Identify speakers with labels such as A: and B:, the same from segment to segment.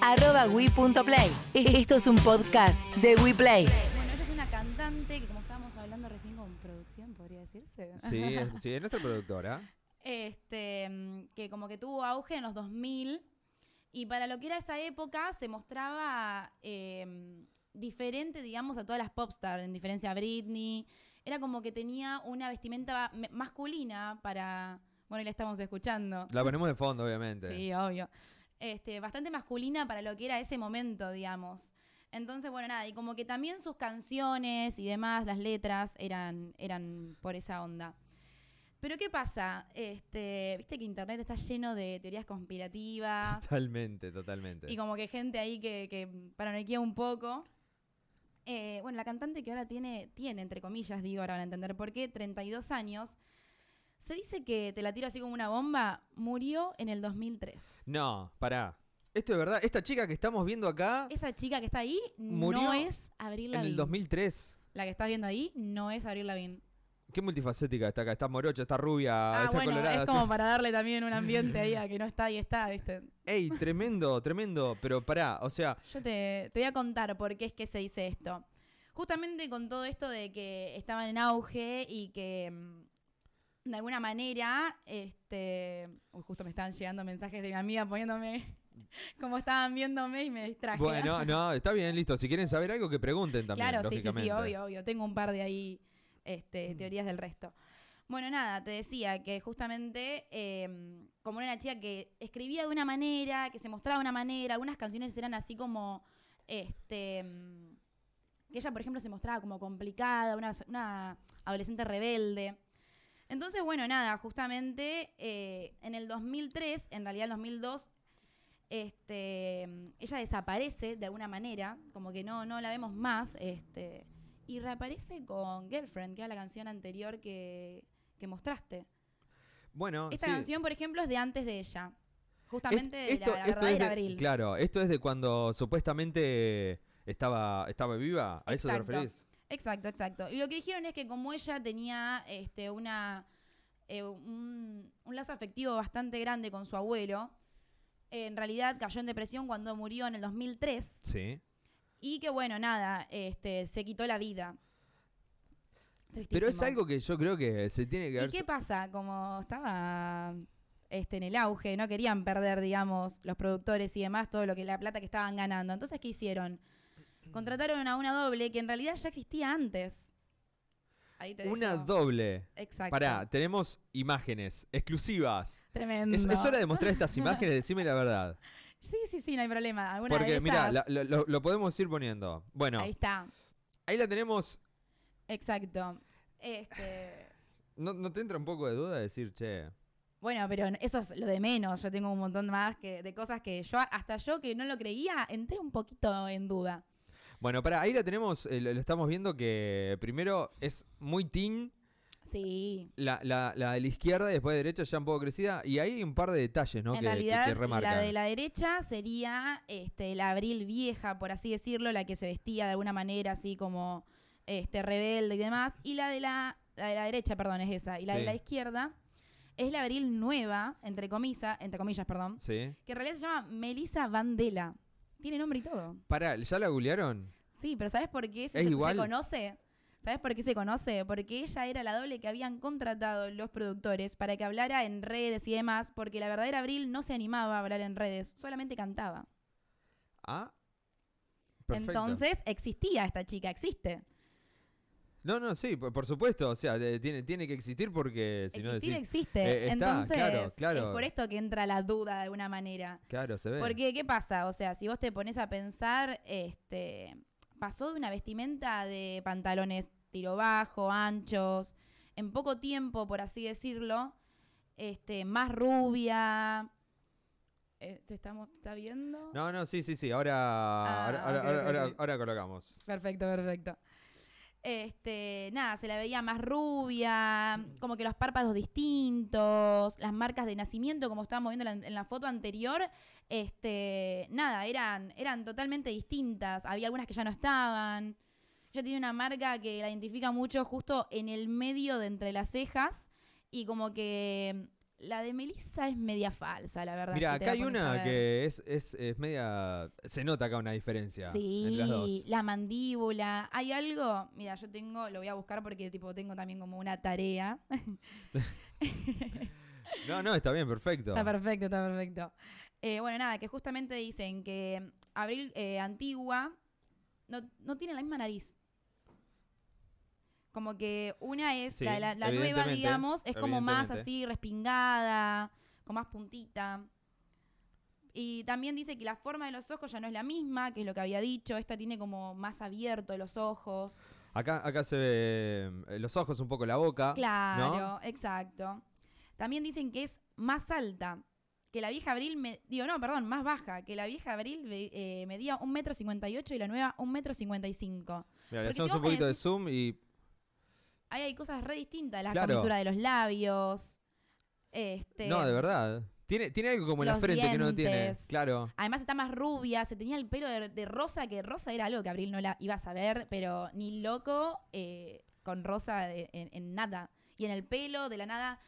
A: arroba we.play. E-, Esto es un podcast de WePlay.
B: Bueno, ella es una cantante que como estábamos hablando recién con producción, podría decirse.
C: Sí, es- sí, es nuestra productora.
B: Este, mm, que como que tuvo auge en los 2000 y para lo que era esa época se mostraba eh, diferente, digamos, a todas las popstars, en diferencia a Britney. Era como que tenía una vestimenta me- masculina para... Bueno, y la estamos escuchando.
C: La ponemos de fondo, obviamente.
B: Sí, obvio. Este, bastante masculina para lo que era ese momento, digamos. Entonces, bueno, nada, y como que también sus canciones y demás, las letras, eran, eran por esa onda. Pero ¿qué pasa? Este, Viste que Internet está lleno de teorías conspirativas
C: Totalmente, totalmente.
B: y como que gente ahí que, que paranoiquea un poco. Eh, bueno, la cantante que ahora tiene, tiene, entre comillas, digo, ahora van a entender por qué, 32 años. Se dice que, te la tiro así como una bomba, murió en el 2003.
C: No, pará. Esto es verdad, esta chica que estamos viendo acá
B: Esa chica que está ahí no
C: Murió
B: es Abril
C: en
B: Lavigne.
C: el 2003.
B: La que estás viendo ahí no es Abril Lavigne.
C: Qué multifacética está acá. Está morocha, está rubia,
B: Ah,
C: está
B: bueno,
C: colorada.
B: es
C: sí.
B: como para darle también un ambiente ahí a que no está y está, ¿viste?
C: Ey, tremendo, tremendo. Pero pará, o sea,
B: Yo te, te voy a contar por qué es que se dice esto. Justamente con todo esto de que estaban en auge y que mm, de alguna manera, este. Uy, justo me estaban llegando mensajes de mi amiga poniéndome como estaban viéndome y me distraje.
C: bueno, no, está bien, listo. Si quieren saber algo, que pregunten también.
B: claro, sí, sí, sí,
C: lógicamente. Mm.
B: obvio, obvio. Tengo un par de ahí este, teorías del resto. Bueno, nada, te decía que justamente eh, como era una chica que escribía de una manera, que se mostraba de una manera, algunas canciones eran así como, este, mm, que ella, por ejemplo, se mostraba como complicada, una, una adolescente rebelde. Entonces, bueno, nada, justamente eh, en el 2003, en realidad el 2002, este, mm, ella desaparece de alguna manera, como que no, no la vemos más, este, y reaparece con Girlfriend, que era la canción anterior que, que mostraste.
C: Bueno,
B: Esta
C: Ah, sí.
B: canción, por ejemplo, es de antes de ella,
C: Es-
B: justamente de la, la
C: esto es
B: verdadera
C: de-
B: Abril.
C: Claro, esto es de cuando supuestamente estaba, estaba viva. ¿A eso te
B: Exacto.
C: referís?
B: Exacto, exacto. Y lo que dijeron es que como ella tenía este, una, eh, un, un lazo afectivo bastante grande con su abuelo, en realidad cayó en depresión cuando murió en el 2003
C: Sí.
B: y que bueno, nada, este, se quitó la vida.
C: Pero es
B: Tristísimo.
C: algo que yo creo que se tiene que
B: ¿Y
C: haber.
B: qué pasa? Como estaba este, en el auge, no querían perder, digamos, los productores y demás, todo lo que la plata que estaban ganando. Entonces, ¿qué hicieron? Contrataron a una doble que en realidad ya existía antes. Ahí te
C: Una
B: dejo.
C: doble.
B: Exacto.
C: Pará, tenemos imágenes exclusivas.
B: Tremendo.
C: Es, es hora de mostrar estas imágenes, decime la verdad.
B: Sí, sí, sí, no hay problema. Alguna de
C: Porque,
B: esas-
C: mira, lo, lo- lo podemos ir poniendo. Bueno,
B: Ahí
C: ahí,
B: está.
C: la tenemos.
B: Exacto. Este.
C: ¿No, no te entra un poco de duda decir, che?
B: Bueno, pero eso es lo de menos. Yo tengo un montón más que, de cosas que yo, hasta yo que no lo creía, entré un poquito en duda.
C: Bueno, pará, ahí la tenemos, eh, lo, lo estamos viendo que primero es muy teen,
B: Sí.
C: la, la, la de la izquierda y después de derecha ya un poco crecida. Y ahí hay un par de detalles, ¿no?
B: en
C: que, que-
B: realidad,
C: que remarcan.
B: la de la derecha sería este, la Abril vieja, por así decirlo, la que se vestía de alguna manera así como este, rebelde y demás. Y la de la, la de la derecha, perdón, es esa. Y la de
C: Sí.
B: la izquierda es la Abril nueva, entre, comisa, entre comillas, perdón,
C: Sí.
B: que en realidad se llama Melissa Vandela. Tiene nombre y todo.
C: Pará, ¿ya la googlearon?
B: Sí, pero ¿sabes por qué se,
C: Es
B: se
C: igual.
B: conoce? ¿Sabes por qué se conoce? Porque ella era la doble que habían contratado los productores para que hablara en redes y demás, porque la verdadera Abril no se animaba a hablar en redes, solamente cantaba.
C: Ah. Perfecto.
B: Entonces existía esta chica, existe.
C: No, no, sí, por, por supuesto. O sea, de- tiene, tiene que existir porque si no
B: Existir
C: decís.
B: existe.
C: eh, está,
B: Entonces
C: claro, claro.
B: es por esto que entra la duda de alguna manera.
C: Claro, se ve.
B: Porque, ¿qué pasa? O sea, si vos te pones a pensar, este, pasó de una vestimenta de pantalones tiro bajo, anchos, en poco tiempo, por así decirlo, este, más rubia. Eh, ¿Se está, mo- está viendo?
C: No, no, sí, sí, sí. Ahora,
B: Ah,
C: ahora,
B: ok,
C: ahora,
B: ok,
C: ahora-
B: ok.
C: ahora colocamos.
B: Perfecto, perfecto. Este, nada, se la veía más rubia, como que los párpados distintos, las marcas de nacimiento, como estábamos viendo en la, en la foto anterior, este, nada, eran, eran totalmente distintas. Había algunas que ya no estaban. Ella tiene una marca que la identifica mucho justo en el medio de entre las cejas y como que La de Melissa es media falsa, la verdad.
C: Mira,
B: si te
C: acá
B: la
C: hay
B: pones a
C: una
B: ver.
C: que es, es, es media. Se nota acá una diferencia
B: Sí,
C: entre las dos.
B: la mandíbula. Hay algo, mira, yo tengo, lo voy a buscar porque tipo tengo también como una tarea.
C: No, no, está bien, perfecto.
B: Está perfecto, está perfecto. Eh, bueno, nada, que justamente dicen que Abril eh, Antigua no, no tiene la misma nariz. Como que una es,
C: Sí,
B: la, la- la nueva,
C: evidentemente,
B: digamos, es como más
C: evidentemente.
B: así respingada, con más puntita. Y también dice que la forma de los ojos ya no es la misma, que es lo que había dicho. Esta tiene como más abierto los ojos.
C: Acá, acá se ve eh, los ojos, un poco la boca.
B: Claro, exacto. También dicen que es más alta que la vieja Abril, me, digo, no, perdón, más baja, que la vieja Abril ve- eh, medía un metro cincuenta y ocho y la nueva un metro cincuenta y cinco.
C: Mira, le
B: Porque si
C: hacemos
B: vos
C: un
B: me
C: poquito de
B: decís-
C: zoom y.
B: Ahí hay cosas re distintas, la
C: Claro.
B: comisura de los labios, este...
C: No, de verdad. Tiene, tiene algo como en la
B: los
C: frente que no tiene.
B: dientes.
C: Claro.
B: Además está más rubia, se tenía el pelo de, de rosa, que rosa era algo que Abril no la iba a saber, pero ni loco eh, con rosa de- en, en nada. Y en el pelo, de la nada.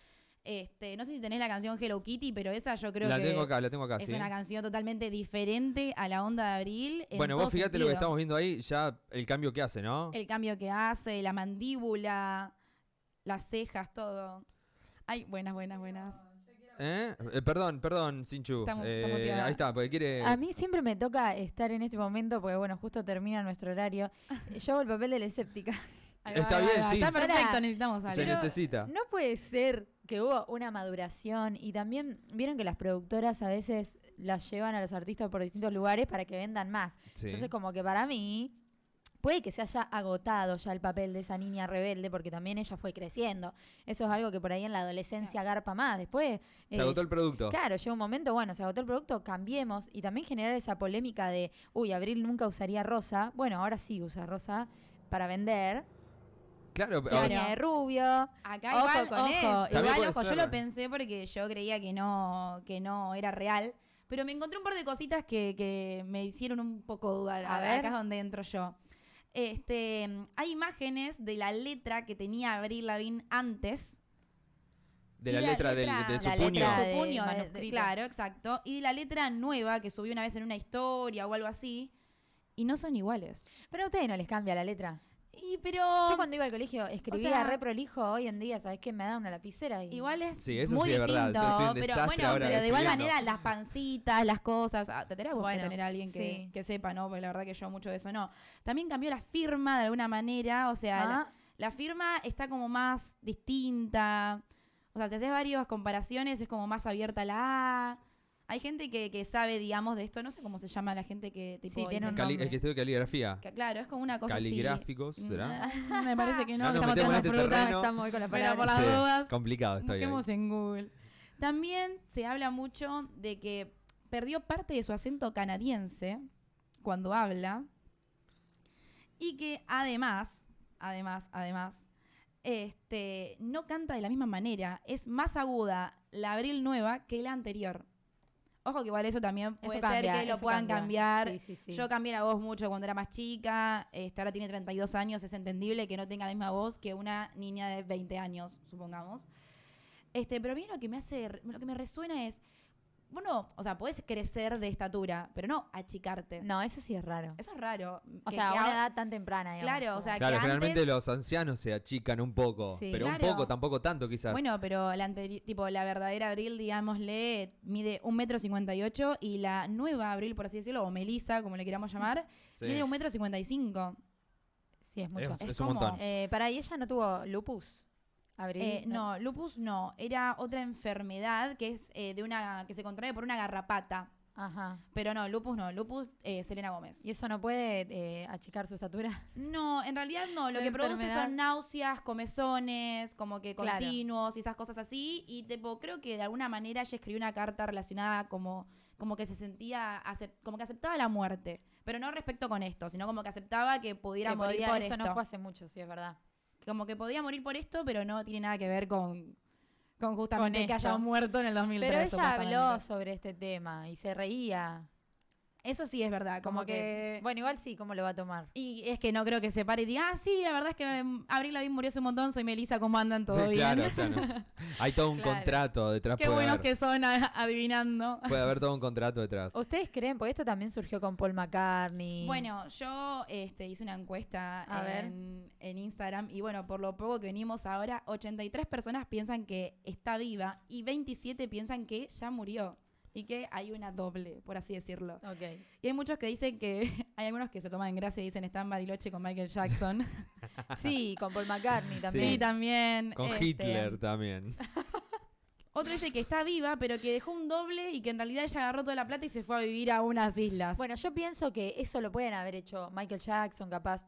B: Este, no sé si tenés la canción Hello Kitty, pero esa yo creo
C: la
B: que
C: tengo acá, la tengo acá.
B: es
C: sí.
B: una canción totalmente diferente a la onda de Abril. en
C: Bueno, vos
B: todo
C: fíjate lo que
B: sentido.
C: estamos viendo ahí, ya el cambio que hace, ¿no?
B: El cambio que hace, la mandíbula, las cejas, todo. Ay, buenas, buenas, buenas.
C: ¿Eh? Eh, perdón, perdón, Sinchu.
B: Está mu-
C: Eh,
B: está muteada.
C: ahí está, porque quiere.
D: A mí siempre me toca estar en este momento, porque bueno, justo termina nuestro horario. Yo hago el papel de la escéptica.
B: Ahí va,
C: Está
B: ahí va,
C: bien,
B: ahí va.
C: sí,
B: Está
D: sí.
B: perfecto,
D: Ahora,
B: necesitamos
C: se
B: algo.
D: Pero-
C: necesita.
B: Mm,
D: No puede ser que hubo una maduración y también vieron que las productoras a veces las llevan a los artistas por distintos lugares para que vendan más.
C: Sí.
D: Entonces como que para mí puede que se haya agotado ya el papel de esa niña rebelde porque también ella fue creciendo. Eso es algo que por ahí en la adolescencia garpa más. Después
C: se
D: eh,
C: agotó el producto.
D: Claro, llega un momento, bueno, se agotó el producto, cambiemos y también generar esa polémica de, uy, Abril nunca usaría rosa. Bueno, ahora sí usa rosa para vender.
C: Claro,
D: Se
C: pero-
D: baña de rubio.
B: Acá
D: Ojo
B: igual,
D: con
B: ojo,
D: eso.
C: También
B: igual,
C: puede
B: ojo, yo
C: ser.
B: lo pensé porque yo creía que no, que no era real. Pero me encontré un par de cositas que, que me hicieron un poco dudar.
D: A
B: A ver.
D: ver.
B: Acá es donde entro yo. Este, hay imágenes de la letra que tenía Abril Lavín antes.
C: de
B: y
C: la
B: la
C: letra, del-
B: letra-
C: de su
D: La
C: puño.
D: letra
B: Su
D: del
B: puño, de- de-
D: manuscrito.
B: claro, exacto. Y de la letra nueva que subió una vez en una historia o algo así. Y no son iguales.
D: Pero a ustedes no les cambia la letra.
B: Y pero...
D: Yo cuando iba al colegio escribía
B: sea-
D: re prolijo, hoy en día, ¿sabes qué? Me da una lapicera y...
B: Igual es
C: Sí, eso
B: muy
C: sí es
B: distinto,
C: verdad, yo soy un
B: pero
C: desastre
B: bueno,
C: ahora
B: pero de igual
C: escribiendo.
B: manera las pancitas, las cosas, ah, te tenés vos que
D: Bueno,
B: tener a alguien que,
D: sí.
B: que sepa, ¿no? Porque la verdad que yo mucho de eso no. También cambió la firma de alguna manera, o sea, la-
D: Ah,
B: la, firma está como más distinta, o sea, si haces varias comparaciones es como más abierta la A. Hay gente que, que sabe, digamos, de esto, no sé cómo se llama la gente que tipo...
D: Sí, tiene un
B: inventa-
C: Cali-
D: nombre.
C: el que estudia caligrafía.
B: que- Claro, es como una cosa así.
C: Caligráficos, ¿será?
B: Mm, Me parece que no,
C: No
B: que estamos
C: nos metemos en
B: tirando
C: este
B: fruta.
C: terreno.
D: estamos hoy con la
B: Pero
D: palabra.
B: por las dudas,
C: Complicado estoy ahí.
B: Busquemos en Google. También se habla mucho de que perdió parte de su acento canadiense cuando habla y que además, además, además, este, no canta de la misma manera. Es más aguda la Abril nueva que la anterior. Ojo que igual eso también
D: Eso
B: puede
D: cambia,
B: ser que lo
D: eso
B: puedan
D: cambia.
B: cambiar.
D: Sí, sí, sí.
B: Yo cambié la voz mucho cuando era más chica. Este, ahora tiene 32 años. Es entendible que no tenga la misma voz que una niña de 20 años, supongamos. Este, pero a mí lo que me hace, lo que me resuena es, bueno, o sea, podés crecer de estatura, pero no achicarte.
D: No, eso sí es raro.
B: Eso es raro.
D: O
B: que-
D: sea, a
B: que
D: una
B: ahora-
D: edad tan temprana, digamos.
B: Claro, o sea,
C: Claro,
B: que
C: generalmente
B: antes-
C: los ancianos se achican un poco,
D: Sí.
C: pero un
B: Claro.
C: poco, tampoco tanto quizás.
B: Bueno, pero la anteri- tipo la verdadera Abril, digámosle, mide un metro cincuenta y ocho y la nueva Abril, por así decirlo, o Melissa, como le queramos llamar,
C: Sí.
B: mide un metro cincuenta y cinco.
D: Sí, es
C: es,
D: mucho.
B: Es
C: es un
B: como-
C: montón.
D: Eh, para, ¿y ella no tuvo lupus? Abril.
B: Eh, no, lupus no, era otra enfermedad que es eh, de una que se contrae por una garrapata.
D: Ajá.
B: Pero no, lupus no, lupus eh, Selena Gómez.
D: ¿Y eso no puede eh, achicar su estatura?
B: No, en realidad no, lo
D: La
B: que produce
D: enfermedad.
B: son náuseas, comezones, como que
D: Claro.
B: continuos y esas cosas así. Y tipo, creo que de alguna manera ella escribió una carta relacionada como, como que se sentía, acep- como que aceptaba la muerte. Pero no respecto con esto, sino como que aceptaba que pudiera
D: Que
B: morir
D: podía-
B: por
D: eso
B: esto.
D: no fue hace mucho, sí, es verdad.
B: Como que podía morir por esto, pero no tiene nada que ver con, con justamente que
D: esto.
B: haya muerto en el 2003.
D: Pero ella habló
B: supuestamente.
D: sobre este tema y se reía.
B: Eso sí es verdad, como, que...
D: Bueno, igual sí, ¿cómo lo va a tomar?
B: Y es que no creo que se pare y diga, ah, sí, la verdad es que mm, Abril Lavigne murió hace un montón, soy Melissa, ¿cómo andan? Todo
C: Sí,
B: bien.
C: Claro, o sea, no. Hay todo un
D: Claro.
C: contrato detrás.
B: Qué
C: puede
B: buenos
C: haber.
B: que son a- adivinando.
C: Puede haber todo un contrato detrás.
D: ¿Ustedes creen? Porque esto también surgió con Paul McCartney.
B: Bueno, yo este, hice una encuesta
D: A ver.
B: en, en Instagram y bueno, por lo poco que venimos ahora, 83 personas piensan que está viva y 27 piensan que ya murió y que hay una doble, por así decirlo.
D: Ok.
B: Y hay muchos que dicen que, hay algunos que se toman en gracia y dicen está en Bariloche con Michael Jackson.
D: Sí, con Paul McCartney
B: sí.
D: también.
B: también.
C: Con
B: este,
C: Hitler también.
B: Otro dice que está viva, pero que dejó un doble y que en realidad ella agarró toda la plata y se fue a vivir a unas islas.
D: Bueno, yo pienso que eso lo pueden haber hecho Michael Jackson, capaz.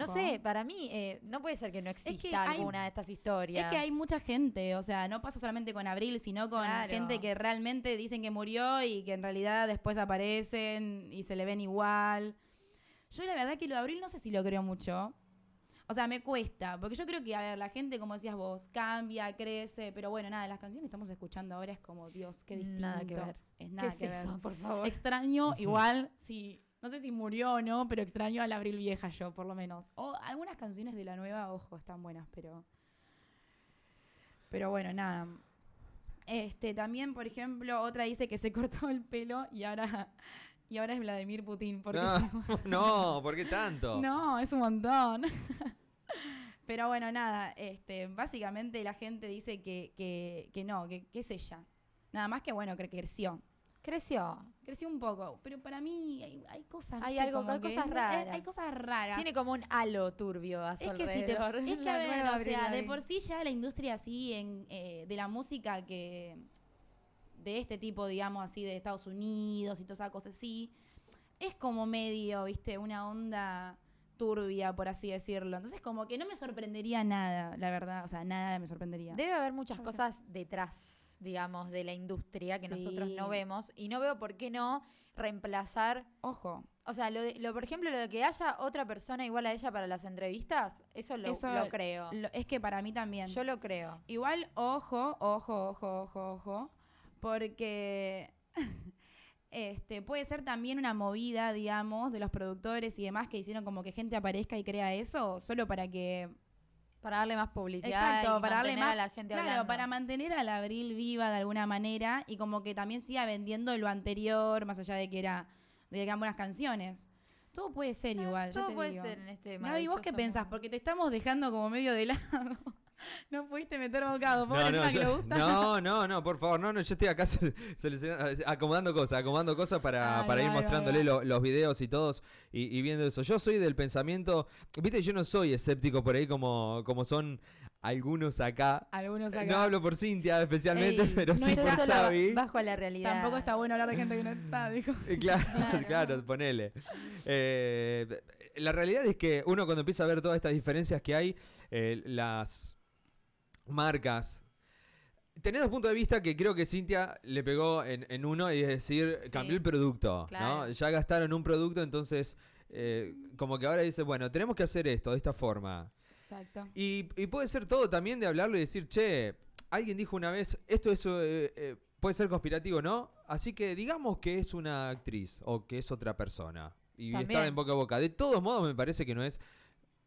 D: No
B: Ojo.
D: sé, para mí eh, no puede ser que no exista
B: hay-
D: alguna de estas historias.
B: Es que hay mucha gente, o sea, no pasa solamente con Abril, sino con
D: Claro.
B: gente que realmente dicen que murió y que en realidad después aparecen y se le ven igual. Yo la verdad que lo de Abril no sé si lo creo mucho. O sea, me cuesta, porque yo creo que, a ver, la gente, como decías vos, cambia, crece, pero bueno, nada, las canciones que estamos escuchando ahora es como, Dios, qué distinto.
D: Nada que ver.
B: Es
D: ¿Qué
B: nada
D: es
B: que ver.
D: eso, por favor?
B: Extraño igual, si, no sé si murió o no, pero extraño al Abril Vieja yo, por lo menos. O algunas canciones de la nueva, ojo, están buenas, pero... Pero bueno, nada. Este, también, por ejemplo, otra dice que se cortó el pelo y ahora, y ahora es Vladimir Putin. Porque se-
C: No, no, ¿por qué tanto?
B: no, es un montón. Pero bueno, nada, este, básicamente la gente dice que, que, que no, que, que es ella. Nada más que bueno, que creció.
D: Creció.
B: Creció un poco, pero para mí hay, hay cosas.
D: Hay
B: ¿viste?
D: algo-
B: Como
D: hay
B: que
D: cosas
B: no-
D: raras.
B: Hay, hay cosas raras.
D: Tiene como un halo turbio a su
B: es que, si te,
D: alrededor.
B: es que
D: La
B: a ver,
D: nueva
B: o sea, de
D: Britney.
B: por sí ya la industria así en, eh, de la música que. de este tipo, digamos así, de Estados Unidos y todas esas cosas así, es como medio, viste, una onda turbia, por así decirlo. Entonces, como que no me sorprendería nada, la verdad. O sea, nada me sorprendería.
D: Debe haber muchas
B: Yo qué sé.
D: cosas detrás, digamos, de la industria que nosotros no
B: Sí.
D: vemos. Y no veo por qué no reemplazar.
B: Ojo.
D: O sea, lo, de- lo por ejemplo, lo de que haya otra persona igual a ella para las entrevistas, eso lo,
B: Eso
D: lo creo.
B: lo- es que para mí también.
D: Yo lo creo.
B: Igual, ojo, ojo, ojo, ojo, ojo, porque este, puede ser también una movida, digamos, de los productores y demás que hicieron como que gente aparezca y crea eso, solo para que...
D: Para darle más publicidad. y mantener a la gente
B: claro,
D: hablando.
B: para mantener al Abril viva de alguna manera y como que también siga vendiendo lo anterior, más allá de que era, de que eran buenas canciones. Todo puede ser
D: Ah,
B: igual, yo
D: Todo
B: te
D: puede
B: digo.
D: ser en este
B: Gaby, ¿vos qué
D: maravilloso
B: pensás?
D: mundo.
B: Porque te estamos dejando como medio de lado. no pudiste meter bocado. Pobre
C: No,
B: encima
C: no,
B: que
C: yo-
B: le gusta.
C: no, no, no, por favor, no, no, yo estoy acá sol- solucionando- acomodando cosas, acomodando cosas para,
B: Ahí
C: para
B: va,
C: ir
B: ahí va, ahí
C: mostrándole
B: va.
C: lo- los videos y todos y, y viendo eso. Yo soy del pensamiento, viste, yo no soy escéptico por ahí como, como son algunos acá.
B: Algunos
C: No
B: acá.
C: hablo por Cintia especialmente,
B: Ey,
C: pero
B: no
C: sí
D: Yo
B: está-
C: por
D: solo
C: Xavi.
D: bajo a la realidad.
B: Tampoco está bueno hablar de gente que no está, dijo.
C: Eh, Claro,
D: Claro.
C: claro, ponele. Eh, la realidad es que uno cuando empieza a ver todas estas diferencias que hay, eh, las marcas... Tenés dos puntos de vista que creo que Cintia le pegó en, en uno y es decir,
D: Sí.
C: cambió el producto,
D: Claro.
C: ¿no? Ya gastaron un producto, entonces eh, como que ahora dice, bueno, tenemos que hacer esto de esta forma.
B: Exacto.
C: Y, y puede ser todo también de hablarlo y decir, che, alguien dijo una vez, esto es, eh, eh, puede ser conspirativo, ¿no? Así que digamos que es una actriz o que es otra persona. Y
D: También.
C: está en boca a boca. De todos modos, me parece que no es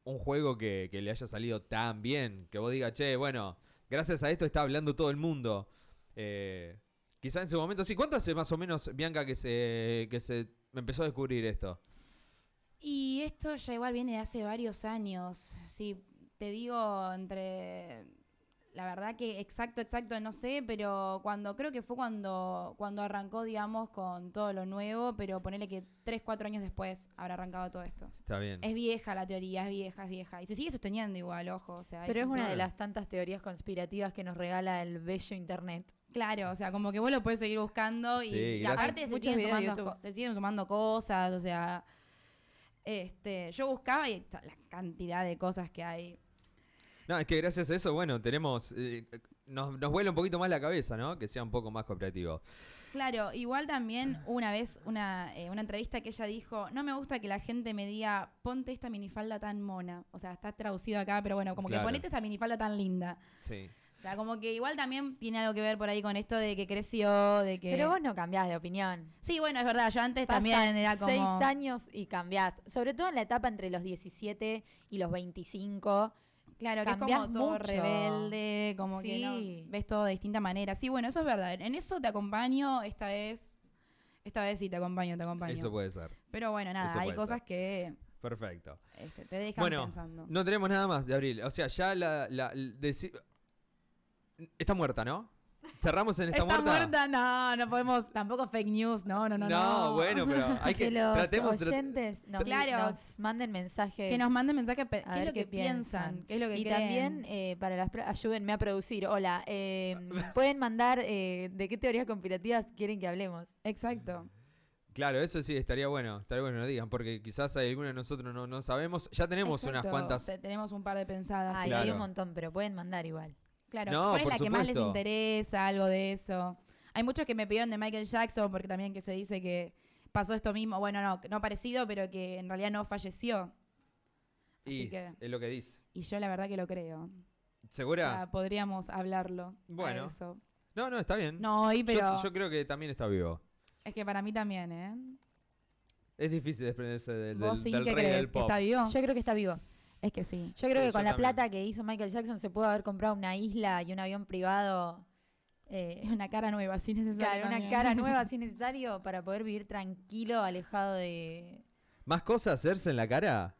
C: un juego que, que le haya salido tan bien. Que vos digas, che, bueno, gracias a esto está hablando todo el mundo. Eh, quizá en su momento, sí. ¿Cuánto hace más o menos, Bianca, que se, que se empezó a descubrir esto?
B: Y esto ya igual viene de hace varios años. Sí, te digo, entre. La verdad que exacto, exacto, no sé, pero cuando creo que fue cuando, cuando arrancó, digamos, con todo lo nuevo, pero ponele que 3, 4 años después habrá arrancado todo esto.
C: Está bien.
B: Es vieja la teoría, es vieja, es vieja. Y se sigue sosteniendo igual, ojo. O sea, hay
D: Pero es
B: gente-
D: una de
C: Claro.
D: las tantas teorías conspirativas que nos regala el bello internet.
B: Claro, o sea, como que vos lo puedes seguir buscando y,
C: Sí,
B: y
C: gracias.
B: aparte se
D: Muchos
B: siguen,
D: videos de
B: sumando,
D: YouTube.
B: co- se siguen sumando cosas, o sea, este, yo buscaba y ta- la cantidad de cosas que hay.
C: No, es que gracias a eso, bueno, tenemos. eh, nos, nos vuela un poquito más la cabeza, ¿no? Que sea un poco más cooperativo.
B: Claro, igual también una vez una, eh, una entrevista que ella dijo, no me gusta que la gente me diga, ponte esta minifalda tan mona. O sea, está traducido acá, pero bueno, como
C: Claro.
B: que ponete esa minifalda tan linda.
C: Sí.
B: O sea, como que igual también tiene algo que ver por ahí con esto de que creció, de que...
D: Pero vos no cambiás de opinión.
B: Sí, bueno, es verdad, yo antes
D: Pasan
B: también era como...
D: seis años y cambiás. Sobre todo en la etapa entre los 17 y los 25.
B: Claro, que es como
D: Cambiás
B: todo
D: mucho.
B: rebelde, como que
D: Sí.
B: no, ves todo de distinta manera. Sí, bueno, eso es verdad. En eso te acompaño esta vez. Esta vez sí te acompaño, te acompaño.
C: Eso puede ser.
B: Pero bueno,
C: eso
B: nada, hay
C: puede
B: cosas
C: ser.
B: que
C: Perfecto.
B: este, te dejan
C: Bueno,
B: pensando.
C: No tenemos nada más de abril. O sea, ya la. la- l- deci- Está muerta, ¿no? Cerramos en esta
B: ¿Está muerta? No, no podemos, tampoco fake news, no, no, no.
C: no,
B: no.
C: bueno, pero hay que.
D: Que los
C: tratemos tra-
D: oyentes nos,
B: Claro.
D: nos manden mensajes.
B: Que nos manden mensajes, pe-
D: A
B: qué es
D: ver
B: lo que
D: qué piensan.
B: piensan, qué es lo que
D: y
B: creen.
D: también eh, para las pro- ayúdenme a producir. Hola, eh, pueden mandar eh, de qué teorías conspirativas quieren que hablemos.
B: Exacto.
C: Claro, eso sí, estaría bueno. Estaría bueno que nos digan, porque quizás hay alguna de nosotros no, no sabemos. Ya tenemos unas
B: Exacto.
C: cuantas.
B: Te- tenemos un par de pensadas. sí.
C: Ah,
D: Ay,
C: Claro.
D: hay un montón, pero pueden mandar igual.
B: Claro,
C: No,
B: ¿cuál es
C: por
B: la que más les
C: supuesto.
B: interesa? Algo de eso. Hay muchos que me pidieron de Michael Jackson porque también que se dice que pasó esto mismo. Bueno, no, no parecido, pero que en realidad no falleció. así
C: Y
B: que-
C: es lo que dice.
B: Y yo la verdad que lo creo. O
C: ¿Segura?
B: sea, podríamos hablarlo. a
C: Bueno.
B: eso.
C: No, no, está bien.
B: No hoy,
C: Yo-
B: pero
C: yo, creo que también está vivo.
B: es que para mí también, ¿eh?
C: Es difícil desprenderse del,
B: ¿Vos sí
C: del, del
B: que
C: rey
B: crees
C: del
B: que
C: pop.
B: está vivo?
D: Yo creo que está vivo.
B: Es que sí.
D: Yo creo
C: Sí,
D: que con
C: yo
D: la
C: también.
D: plata que hizo Michael Jackson se pudo haber comprado una isla y un avión privado. eh,
B: Es una cara nueva, sí necesario.
D: claro, una
B: también.
D: cara nueva si necesario para poder vivir tranquilo, alejado de.
C: ¿Más cosas hacerse en la cara?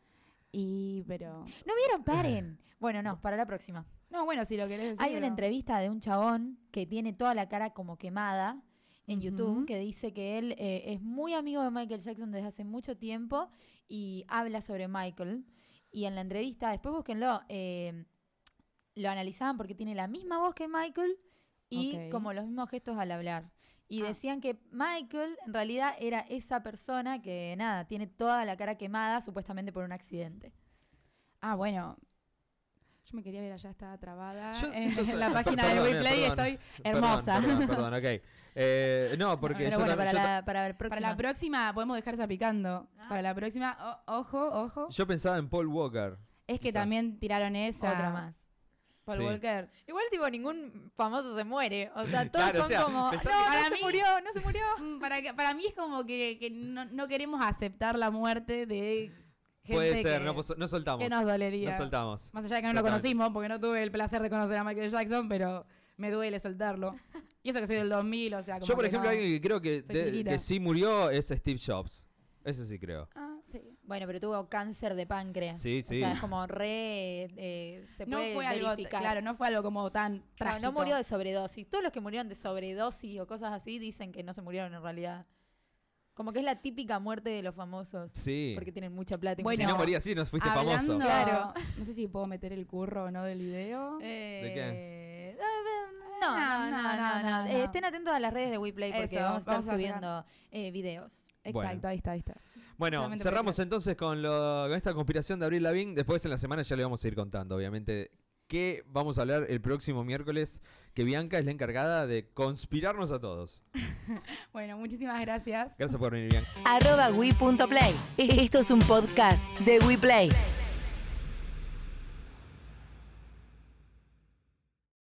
B: y, pero.
D: ¿No vieron? Paren. Bueno, no, para la próxima.
B: No, bueno, si lo querés decir.
D: Hay una
B: pero-
D: entrevista de un chabón que tiene toda la cara como quemada en
B: Ujú.
D: YouTube que dice que él eh, es muy amigo de Michael Jackson desde hace mucho tiempo y habla sobre Michael. Y en la entrevista, después búsquenlo, eh, lo analizaban porque tiene la misma voz que Michael y
B: Ok.
D: como los mismos gestos al hablar. Y
B: Ah.
D: decían que Michael en realidad era esa persona que nada, tiene toda la cara quemada supuestamente por un accidente.
B: Ah, bueno. Yo me quería ver allá, estaba trabada.
C: Yo-
B: en
C: yo soy-
B: Ah, eh, la
C: per-
B: página de
C: perdón, eh,
B: WePlay
C: perdón.
B: estoy hermosa.
C: Perdón, perdón, perdón, ok. Eh, no, porque
D: Pero
C: yo
D: bueno,
C: también-
D: para
C: yo
D: la, para el
B: Para la
D: próximo-
B: próxima podemos dejar esa picando.
D: Ah.
B: Para la próxima, o- ojo, ojo.
C: Yo pensaba en Paul Walker.
B: Es que
C: quizás.
B: también tiraron esa.
D: otra más.
B: Paul
C: Sí.
B: Walker.
D: Igual, tipo, ningún famoso se muere. O sea, todos
C: Claro, o
D: son
C: sea,
D: como. No,
C: pensá
B: que- Para
D: no
B: mí-
D: se murió, no se murió.
B: Mm, Para, que- para mí es como que, que no, no queremos aceptar la muerte de gente
C: Puede ser,
B: que,
C: no, pos- no soltamos.
B: que nos dolería.
C: no soltamos.
B: Más allá de que no lo
C: Exactamente.
B: conocimos, porque no tuve el placer de conocer a Michael Jackson, pero me duele soltarlo. Y eso que soy del 2000, o sea, como
C: Yo, por
B: que
C: ejemplo,
B: no.
C: alguien que creo que,
B: Soy
C: de-
B: chiquita.
C: que sí murió es Steve Jobs. Eso sí creo.
B: Ah, sí.
D: Bueno, pero tuvo cáncer de páncreas.
C: Sí,
D: O
C: sí.
D: sea, es como re. eh, se
B: no
D: puede
B: fue algo,
D: verificar.
B: claro, no fue algo como tan
D: No,
B: trágico.
D: no murió de sobredosis. Todos los que murieron de sobredosis o cosas así dicen que no se murieron en realidad. Como que es la típica muerte de los famosos.
C: Sí.
D: Porque tienen mucha plata y
B: Bueno,
C: si no morías así, no fuiste famoso.
B: Hablando-
D: Claro.
B: No sé si puedo meter el curro o no del video.
D: ¿De
C: qué?
D: No,
B: No,
D: no, no, no,
B: no, no,
D: no. Eh,
B: no.
D: estén atentos a las redes de WePlay porque
B: Eso,
D: vamos a estar
B: vamos a
D: subiendo eh, videos.
B: Exacto,
C: Bueno.
B: ahí está, ahí está.
C: Bueno,
B: Solamente
C: cerramos
B: películas.
C: entonces con, lo- con esta conspiración de Abril Lavín. Después en la semana ya le vamos a ir contando, obviamente, qué vamos a hablar el próximo miércoles, que Bianca es la encargada de conspirarnos a todos.
B: Bueno, muchísimas gracias.
C: Gracias por venir, Bianca.
A: E-, Arroba Wii.play. Esto es un podcast de WePlay.